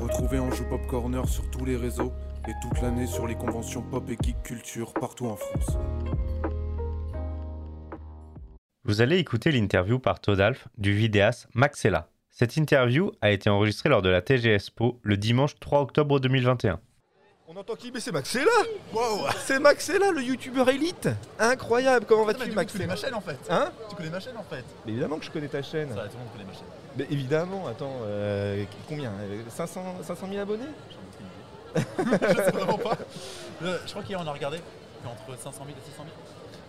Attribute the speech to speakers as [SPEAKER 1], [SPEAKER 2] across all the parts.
[SPEAKER 1] Retrouvez Anjou Pop Corner sur tous les réseaux et toute l'année sur les conventions pop et geek culture partout en France.
[SPEAKER 2] Vous allez écouter l'interview par Todalf du vidéaste Maxella. Cette interview a été enregistrée lors de la TGSPO le dimanche 3 octobre 2021.
[SPEAKER 3] On entend qui Mais c'est Maxella C'est Maxella, le youtubeur élite Incroyable Comment
[SPEAKER 4] Ah, mais
[SPEAKER 3] vas-tu,
[SPEAKER 4] du coup, tu
[SPEAKER 3] Maxella
[SPEAKER 4] connais ma chaîne en fait.
[SPEAKER 3] Hein
[SPEAKER 4] Tu connais ma chaîne en fait.
[SPEAKER 3] Mais évidemment que je connais ta chaîne.
[SPEAKER 4] Ça va, tout le monde connaît ma chaîne.
[SPEAKER 3] Mais évidemment, attends, euh, combien euh, 500, 500 000 abonnés
[SPEAKER 4] J'en ai aucune idée. je sais vraiment pas. Euh, Je, crois qu'il y en a regardé mais entre 500 000 et 600 000.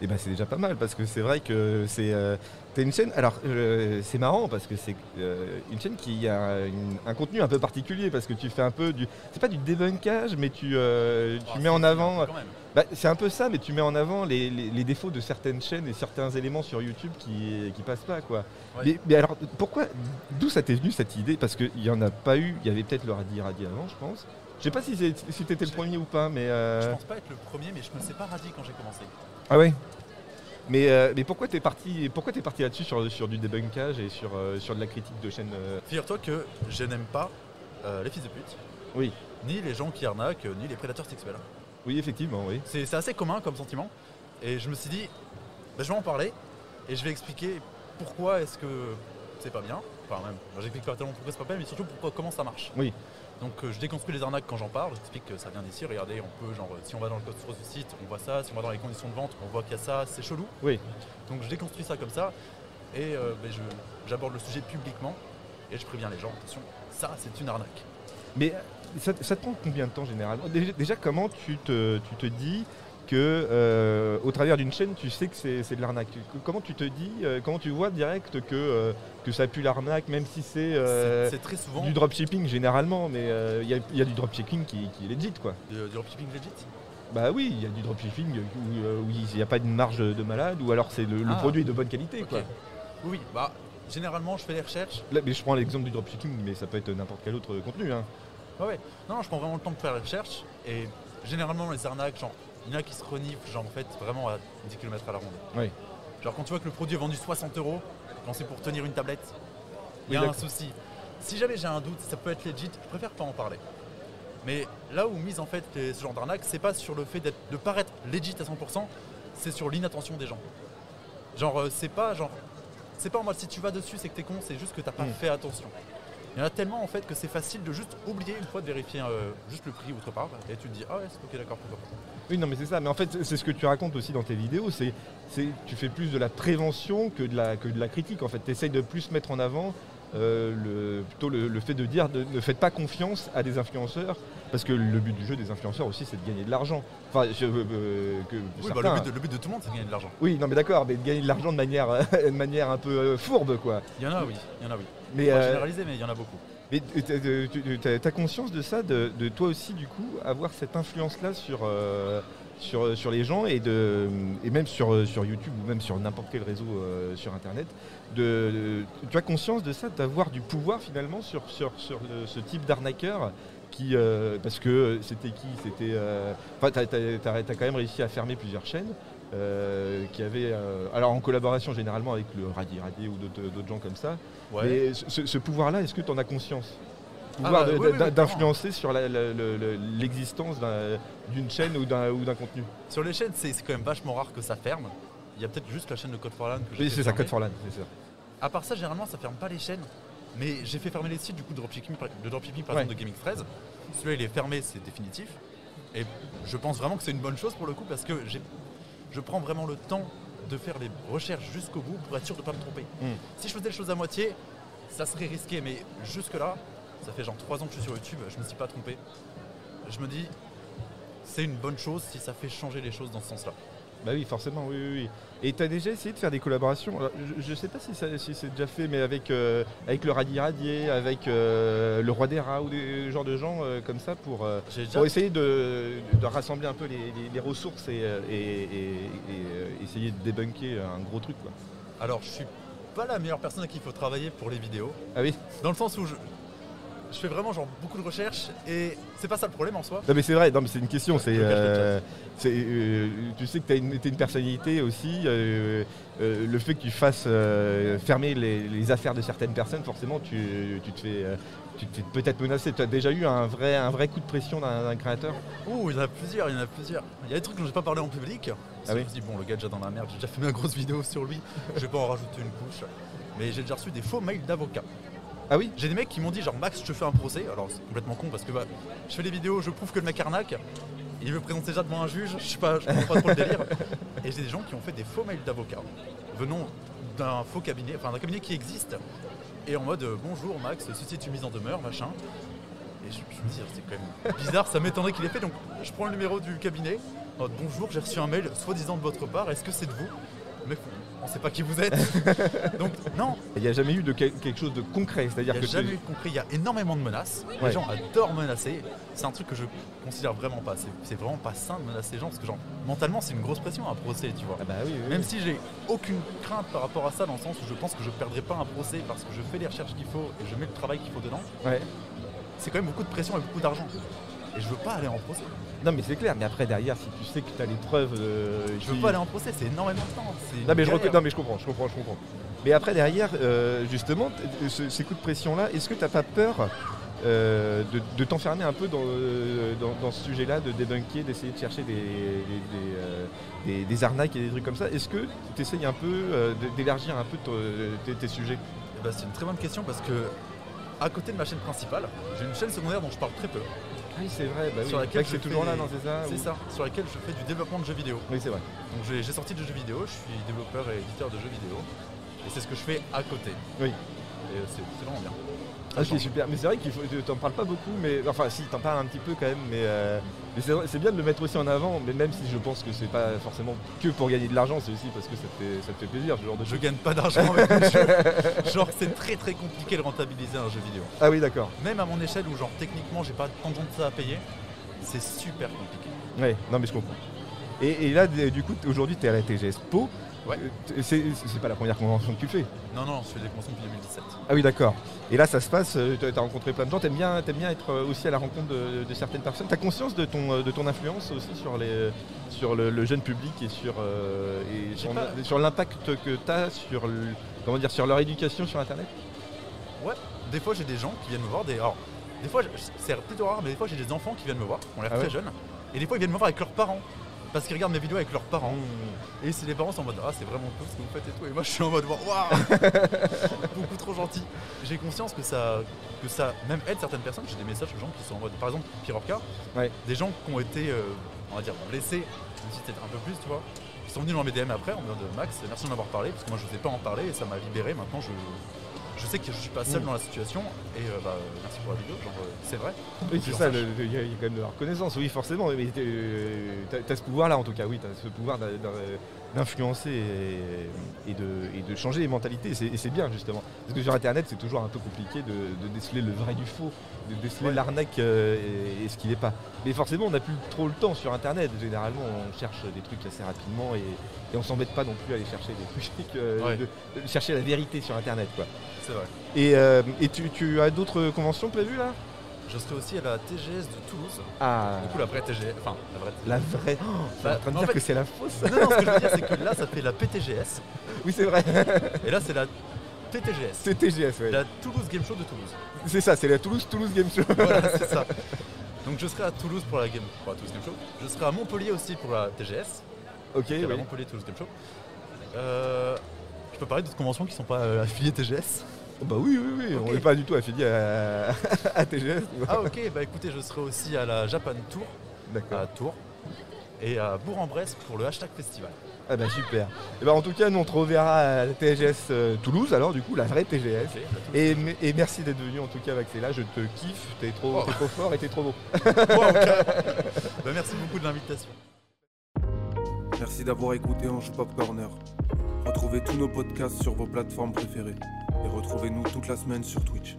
[SPEAKER 3] Eh ben c'est déjà pas mal parce que c'est vrai que c'est euh, t'as une chaîne. Alors euh, c'est marrant parce que c'est euh, une chaîne qui a une- un contenu un peu particulier parce que tu fais un peu du c'est pas du débunkage mais tu euh, tu
[SPEAKER 4] Ah,
[SPEAKER 3] mets
[SPEAKER 4] c'est-
[SPEAKER 3] en
[SPEAKER 4] c'est
[SPEAKER 3] avant
[SPEAKER 4] un peu Quand même.
[SPEAKER 3] Bah, c'est un peu ça, mais tu mets en avant les, les- les défauts de certaines chaînes et certains éléments sur YouTube qui, qui passent pas, quoi.
[SPEAKER 4] Ouais.
[SPEAKER 3] Mais, mais alors, pourquoi, d'où ça t'est venu cette idée Parce qu'il n'y en a pas eu, il y avait peut-être le Radi Radi avant, je pense. Je sais pas si, c'est- si t'étais le premier ou pas, mais. euh,
[SPEAKER 4] Je pense pas être le premier, mais je me sais pas radis quand j'ai commencé.
[SPEAKER 3] Ah ouais mais, euh, mais pourquoi t'es parti, pourquoi t'es parti là-dessus sur, sur du débunkage et sur, euh, sur de la critique de chaînes euh,
[SPEAKER 4] Figure-toi que je n'aime pas euh, les fils de pute.
[SPEAKER 3] Oui.
[SPEAKER 4] Ni les gens qui arnaquent, euh, ni les prédateurs sexuels.
[SPEAKER 3] Oui, effectivement, oui.
[SPEAKER 4] C'est c'est assez commun comme sentiment. Et je me suis dit, bah, je vais en parler et je vais expliquer pourquoi est-ce que c'est pas bien. Enfin même, enfin, j'explique pas tellement pourquoi c'est pas bien, mais surtout pourquoi, comment ça marche.
[SPEAKER 3] Oui.
[SPEAKER 4] Donc euh, je déconstruis les arnaques quand j'en parle, j'explique que ça vient d'ici, regardez, on peut genre euh, si on va dans le code source du site, on voit ça, si on va dans les conditions de vente, on voit qu'il y a ça, c'est chelou.
[SPEAKER 3] Oui.
[SPEAKER 4] Donc je déconstruis ça comme ça et euh, ben, je- j'aborde le sujet publiquement et je préviens les gens, attention, ça c'est une arnaque.
[SPEAKER 3] Mais euh, ça, ça te prend combien de temps généralement déjà, déjà, comment tu te, tu te dis que euh, au travers d'une chaîne, tu sais que c'est c'est de l'arnaque Tu- que- Comment tu te dis, euh, comment tu vois direct que, euh, que ça pue l'arnaque, même si c'est euh,
[SPEAKER 4] C'est- c'est très souvent
[SPEAKER 3] du dropshipping généralement, mais euh, il y, a, il y a du dropshipping qui, qui est legit quoi.
[SPEAKER 4] du, du dropshipping legit.
[SPEAKER 3] Bah oui, il y a du dropshipping où euh, où il n'y a pas de marge de malade, ou alors c'est le, le
[SPEAKER 4] Ah.
[SPEAKER 3] produit est de bonne qualité
[SPEAKER 4] Ok.
[SPEAKER 3] quoi.
[SPEAKER 4] Oui, oui, bah généralement je fais les recherches.
[SPEAKER 3] Là, mais je prends l'exemple du dropshipping, mais ça peut être n'importe quel autre contenu. Hein.
[SPEAKER 4] Ouais, ouais. Non, non, je prends vraiment le temps de faire les recherches et généralement les arnaques, genre il y en a qui se reniflent genre en fait vraiment à 10 km à la ronde.
[SPEAKER 3] Oui.
[SPEAKER 4] Genre quand tu vois que le produit est vendu 60 euros, quand c'est pour tenir une tablette, il y a
[SPEAKER 3] Oui,
[SPEAKER 4] un
[SPEAKER 3] d'accord.
[SPEAKER 4] souci. Si jamais j'ai un doute, ça peut être legit, je préfère pas en parler. Mais là où mise en fait les- ce genre d'arnaque, c'est pas sur le fait d'être- de paraître legit à 100%, c'est sur l'inattention des gens. Genre euh, c'est pas genre c'est pas en mode si tu vas dessus c'est que t'es con, c'est juste que t'as pas
[SPEAKER 3] Mm.
[SPEAKER 4] fait attention. Il y en a tellement en fait que c'est facile de juste oublier une fois de vérifier euh, juste le prix autre part et tu te dis ah ouais c'est ok d'accord pourquoi pas.
[SPEAKER 3] Oui, non, mais c'est ça. Mais en fait, c'est- c'est ce que tu racontes aussi dans tes vidéos. C'est, c'est, tu fais plus de la prévention que de la, que de la critique. En fait, tu essayes de plus mettre en avant euh, le, plutôt le, le fait de dire de- ne faites pas confiance à des influenceurs. Parce que le but du jeu des influenceurs aussi, c'est de gagner de l'argent. Enfin, je- euh, euh, que
[SPEAKER 4] Oui, bah,
[SPEAKER 3] certains-
[SPEAKER 4] le, but de, le but de tout le monde c'est de gagner de l'argent.
[SPEAKER 3] Oui, non, mais d'accord, mais de gagner de l'argent de manière, de manière un peu euh, fourbe, quoi.
[SPEAKER 4] Il y en a oui, il y en a oui.
[SPEAKER 3] Mais,
[SPEAKER 4] Pas
[SPEAKER 3] euh,
[SPEAKER 4] généralisé mais il y en a beaucoup.
[SPEAKER 3] mais euh, t'as- t'as- tu- t'as- t'as conscience de ça, de, de toi aussi, du coup, avoir cette influence-là sur, euh, sur, sur les gens et, de, et même sur, euh, sur YouTube ou même sur n'importe quel réseau euh, sur Internet. De, de- tu as conscience de ça, d'avoir du pouvoir finalement sur, sur, sur le- ce type d'arnaqueur qui, euh, parce que euh, c'était qui C'était. euh, Enfin, t'as- t'as t'as- t'as quand même réussi à fermer plusieurs chaînes euh, qui avaient, euh, alors en collaboration généralement avec le Radi Radi ou d'autres d'autres gens comme ça,
[SPEAKER 4] Ouais.
[SPEAKER 3] mais ce, ce- ce pouvoir-là, est-ce que tu en as conscience
[SPEAKER 4] Ah
[SPEAKER 3] Pouvoir
[SPEAKER 4] bah,
[SPEAKER 3] de-
[SPEAKER 4] oui, oui,
[SPEAKER 3] d'a-
[SPEAKER 4] oui,
[SPEAKER 3] d'influencer sur la- la- le- le- l'existence d'un- d'une chaîne ou d'un ou d'un contenu.
[SPEAKER 4] Sur les chaînes c'est c'est quand même vachement rare que ça ferme. Il y a peut-être juste la chaîne de Code for Land que j'ai
[SPEAKER 3] Oui,
[SPEAKER 4] fait
[SPEAKER 3] c'est ça,
[SPEAKER 4] fermer.
[SPEAKER 3] Code for Land, c'est ça.
[SPEAKER 4] À part ça, généralement, ça ferme pas les chaînes. Mais j'ai fait fermer les sites du coup de dropshipping, par- de dropshipping, par
[SPEAKER 3] Ouais.
[SPEAKER 4] exemple de Gaming 13. Celui-là, il est fermé, c'est définitif. Et je pense vraiment que c'est une bonne chose pour le coup parce que j'ai- je prends vraiment le temps de faire les recherches jusqu'au bout pour être sûr de ne pas me tromper.
[SPEAKER 3] Mm.
[SPEAKER 4] Si je faisais les choses à moitié, ça serait risqué. Mais jusque-là, ça fait genre 3 ans que je suis sur YouTube, je me suis pas trompé. Je me dis, c'est une bonne chose si ça fait changer les choses dans ce sens-là.
[SPEAKER 3] Bah oui, forcément, oui, oui. oui. Et tu as déjà essayé de faire des collaborations Alors, Je ne sais pas si, ça- si c'est déjà fait, mais avec, euh, avec le Radi Radier, avec euh, le Roi des Rats ou des genres de gens euh, comme ça pour, euh,
[SPEAKER 4] J'ai déjà
[SPEAKER 3] pour essayer de, de rassembler un peu les, les- les ressources et, euh, et- et- et, euh, essayer de débunker un gros truc. Quoi.
[SPEAKER 4] Alors, je suis pas la meilleure personne à qui il faut travailler pour les vidéos.
[SPEAKER 3] Ah oui
[SPEAKER 4] Dans le sens où je, je fais vraiment genre beaucoup de recherches et c'est pas ça le problème en soi.
[SPEAKER 3] Non mais c'est vrai, non mais c'est une question, c'est,
[SPEAKER 4] Je le cache, je le
[SPEAKER 3] euh, c'est, euh, tu sais que tu as une, t'es une personnalité aussi, euh, euh, le fait que tu fasses euh, fermer les, les affaires de certaines personnes, forcément tu, tu te fais, euh, tu te fais peut-être menacer. Tu as déjà eu un vrai, un vrai coup de pression d'un, d'un créateur
[SPEAKER 4] Ouh, il y en a plusieurs, il y en a plusieurs. Il y a des trucs dont j'ai pas parlé en public.
[SPEAKER 3] Ah
[SPEAKER 4] ah
[SPEAKER 3] oui.
[SPEAKER 4] Je me suis dit, bon, le gars est déjà dans la merde, j'ai déjà fait ma grosse vidéo sur lui, je vais pas en rajouter une couche. Mais j'ai déjà reçu des faux mails d'avocats.
[SPEAKER 3] Ah oui
[SPEAKER 4] J'ai des mecs qui m'ont dit, genre, Max, je te fais un procès. Alors, c'est complètement con parce que bah, je fais des vidéos, je prouve que le mec arnaque. Il veut présenter ça devant un juge, je sais pas, je comprends pas trop le délire. Et j'ai des gens qui ont fait des faux mails d'avocats venant d'un faux cabinet, enfin d'un cabinet qui existe. Et en mode, euh, bonjour Max, ceci est une mise en demeure, machin. Et je, je me dis, c'est quand même bizarre, ça m'étonnerait qu'il ait fait. Donc je prends le numéro du cabinet. en mode, bonjour, j'ai reçu un mail soi-disant de votre part, est-ce que c'est de vous Le mec, on sait pas qui vous êtes. Donc non,
[SPEAKER 3] Il n'y a jamais eu de quel- quelque chose de concret, c'est-à-dire
[SPEAKER 4] il n'y
[SPEAKER 3] que
[SPEAKER 4] a
[SPEAKER 3] tu-
[SPEAKER 4] jamais eu compris, il y a énormément de menaces.
[SPEAKER 3] Ouais.
[SPEAKER 4] Les gens adorent menacer. C'est un truc que je considère vraiment pas. C'est- C'est vraiment pas sain de menacer les gens parce que genre, mentalement c'est une grosse pression un procès, tu vois.
[SPEAKER 3] Ah bah oui, oui, oui.
[SPEAKER 4] Même si j'ai aucune crainte par rapport à ça dans le sens où je pense que je perdrai pas un procès parce que je fais les recherches qu'il faut et je mets le travail qu'il faut dedans,
[SPEAKER 3] Ouais.
[SPEAKER 4] c'est quand même beaucoup de pression et beaucoup d'argent. Et je veux pas aller en procès.
[SPEAKER 3] Non mais c'est clair, mais après derrière, si tu sais que tu as les preuves... euh,
[SPEAKER 4] Je veux
[SPEAKER 3] qui-
[SPEAKER 4] pas aller en procès, c'est énormément de temps. c'est
[SPEAKER 3] Non mais, je
[SPEAKER 4] galère.
[SPEAKER 3] reconnais- non, mais je comprends, je comprends, je comprends. Mais après derrière, euh, justement, t- ce- ces coups de pression là, est-ce que t'as pas peur euh, de, de t'enfermer un peu dans, euh, dans, dans ce sujet là, de débunker, d'essayer de chercher des, des, des, euh, des- des arnaques et des trucs comme ça Est-ce que tu essayes un peu euh, de- d'élargir un peu ton- euh, tes, tes sujets
[SPEAKER 4] Eh ben, c'est une très bonne question parce que à côté de ma chaîne principale, j'ai une chaîne secondaire dont je parle très peu.
[SPEAKER 3] Oui c'est vrai, bah
[SPEAKER 4] Sur
[SPEAKER 3] oui.
[SPEAKER 4] laquelle
[SPEAKER 3] Bah, c'est
[SPEAKER 4] je
[SPEAKER 3] toujours
[SPEAKER 4] fais-
[SPEAKER 3] là, non c'est ça
[SPEAKER 4] C'est
[SPEAKER 3] ou-
[SPEAKER 4] ça, sur laquelle je fais du développement de jeux vidéo.
[SPEAKER 3] Oui c'est vrai.
[SPEAKER 4] Donc j'ai j'ai sorti des jeux vidéo, je suis développeur et éditeur de jeux vidéo. Et c'est ce que je fais à côté.
[SPEAKER 3] Oui.
[SPEAKER 4] Et euh, c'est c'est vraiment bien.
[SPEAKER 3] Ah, c'est
[SPEAKER 4] Attends.
[SPEAKER 3] super, mais c'est vrai qu'il faut, euh, t'en parles pas beaucoup, mais enfin si t'en parles un petit peu quand même, mais, euh, mais c'est, vrai- c'est bien de le mettre aussi en avant, mais même si je pense que c'est pas forcément que pour gagner de l'argent, c'est aussi parce que ça te fait, ça te fait plaisir ce genre de
[SPEAKER 4] Je
[SPEAKER 3] jeu.
[SPEAKER 4] gagne pas d'argent avec mes jeux. Genre c'est très très compliqué de rentabiliser un jeu vidéo.
[SPEAKER 3] Ah oui d'accord.
[SPEAKER 4] Même à mon échelle où genre techniquement j'ai pas tant de gens de ça à payer, c'est super compliqué.
[SPEAKER 3] Ouais, non mais je comprends. Et, et là d- du coup t- aujourd'hui t'es à la TGS Po.
[SPEAKER 4] Ouais.
[SPEAKER 3] Euh, t- C'est, c'est pas la première convention que tu fais.
[SPEAKER 4] Non non, je fais des conventions depuis 2017.
[SPEAKER 3] Ah oui d'accord. Et là ça se passe, euh, t'as t'as rencontré plein de gens, t'aimes bien, t'aimes bien être euh, aussi à la rencontre de, de certaines personnes. T'as conscience de ton, euh, de ton influence aussi sur, les, sur le, le jeune public et sur, euh, et
[SPEAKER 4] J'ai
[SPEAKER 3] sur,
[SPEAKER 4] pas-
[SPEAKER 3] sur l'impact que t'as sur, le, comment dire, sur leur éducation sur internet
[SPEAKER 4] Des fois j'ai des gens qui viennent me voir, des. Alors, des fois je- c'est plutôt rare, mais des fois j'ai des enfants qui viennent me voir, on l'air
[SPEAKER 3] Ah
[SPEAKER 4] très
[SPEAKER 3] ouais
[SPEAKER 4] jeunes, et des fois ils viennent me voir avec leurs parents. Parce qu'ils regardent mes vidéos avec leurs
[SPEAKER 3] Mmh.
[SPEAKER 4] parents. Et si les parents sont en mode Ah, c'est vraiment cool ce que vous faites et tout. Et moi, je suis en mode Waouh Beaucoup trop gentil. J'ai conscience que ça, que ça même aide certaines personnes. J'ai des messages de gens qui sont en mode, par exemple, Pirorca,
[SPEAKER 3] Ouais.
[SPEAKER 4] des gens qui ont été, euh, on va dire, blessés, même si peut-être un peu plus, tu vois. Ils sont venus dans mes DM après en me disant Max, merci de m'avoir parlé, parce que moi, je ne sais pas en parler et ça m'a libéré. Maintenant, je. Je sais que je suis pas seul
[SPEAKER 3] Mm.
[SPEAKER 4] dans la situation et euh, bah, euh, merci pour la vidéo, genre euh, c'est vrai.
[SPEAKER 3] Oui, c'est
[SPEAKER 4] Sur
[SPEAKER 3] ça,
[SPEAKER 4] ça,
[SPEAKER 3] le- le- il y, a il y a quand même de la reconnaissance, oui, forcément. Mais t'es, euh, t'as, t'as ce pouvoir-là, en tout cas, oui, t'as ce pouvoir d'a- d'a- d'influencer et, et de, et de changer les mentalités, et c'est, et c'est bien, justement. Parce que sur Internet, c'est toujours un peu compliqué de, de déceler le vrai du faux, de déceler
[SPEAKER 4] Ouais.
[SPEAKER 3] l'arnaque euh, et, et ce qu'il n'est pas. Mais forcément, on n'a plus trop le temps sur Internet. Généralement, on cherche des trucs assez rapidement et, et on s'embête pas non plus à aller chercher des trucs, euh,
[SPEAKER 4] Ouais.
[SPEAKER 3] de- de chercher la vérité sur Internet, quoi.
[SPEAKER 4] C'est vrai.
[SPEAKER 3] Et, euh, et tu, tu as d'autres conventions prévues, là
[SPEAKER 4] Je serai aussi à la TGS de Toulouse.
[SPEAKER 3] Ah,
[SPEAKER 4] Du coup la vraie TGS. Enfin la vraie
[SPEAKER 3] La vraie. Oh, t'es
[SPEAKER 4] Bah,
[SPEAKER 3] en train de
[SPEAKER 4] en
[SPEAKER 3] dire
[SPEAKER 4] fait-
[SPEAKER 3] que c'est la fausse.
[SPEAKER 4] Non, non, ce que je veux dire, c'est que là, ça fait la PTGS,
[SPEAKER 3] Oui, c'est vrai.
[SPEAKER 4] et là, c'est la TTGS.
[SPEAKER 3] C'est TGS, ouais.
[SPEAKER 4] La Toulouse Game Show de Toulouse.
[SPEAKER 3] C'est ça, c'est la Toulouse Toulouse Game Show.
[SPEAKER 4] Voilà, c'est ça. Donc, je serai à Toulouse pour la Game, pour la Toulouse Game Show. Je serai à Montpellier aussi pour la TGS.
[SPEAKER 3] ok,
[SPEAKER 4] Et
[SPEAKER 3] Eh oui.
[SPEAKER 4] Montpellier Toulouse Game Show. Euh, je peux parler d'autres conventions qui sont pas euh, affiliées TGS
[SPEAKER 3] Bah oui, oui, oui. On
[SPEAKER 4] Ok.
[SPEAKER 3] n'est pas du tout affilié à, à TGS. nous.
[SPEAKER 4] Ah, ok, bah écoutez, je serai aussi à la Japan Tour,
[SPEAKER 3] D'accord.
[SPEAKER 4] à Tours, et à Bourg-en-Bresse pour le hashtag festival.
[SPEAKER 3] Ah bah super. Et bah en tout cas, nous on te reverra à la TGS euh, Toulouse, alors du coup, la vraie TGS.
[SPEAKER 4] Ok.
[SPEAKER 3] Et, me- et merci d'être venu en tout cas, Maxella. Je te kiffe. T'es trop,
[SPEAKER 4] Oh.
[SPEAKER 3] t'es trop fort et t'es trop beau.
[SPEAKER 4] Wow, carrément. Bah, merci beaucoup de l'invitation.
[SPEAKER 1] Merci d'avoir écouté Ange Pop Corner. Retrouvez tous nos podcasts sur vos plateformes préférées et retrouvez-nous toute la semaine sur Twitch.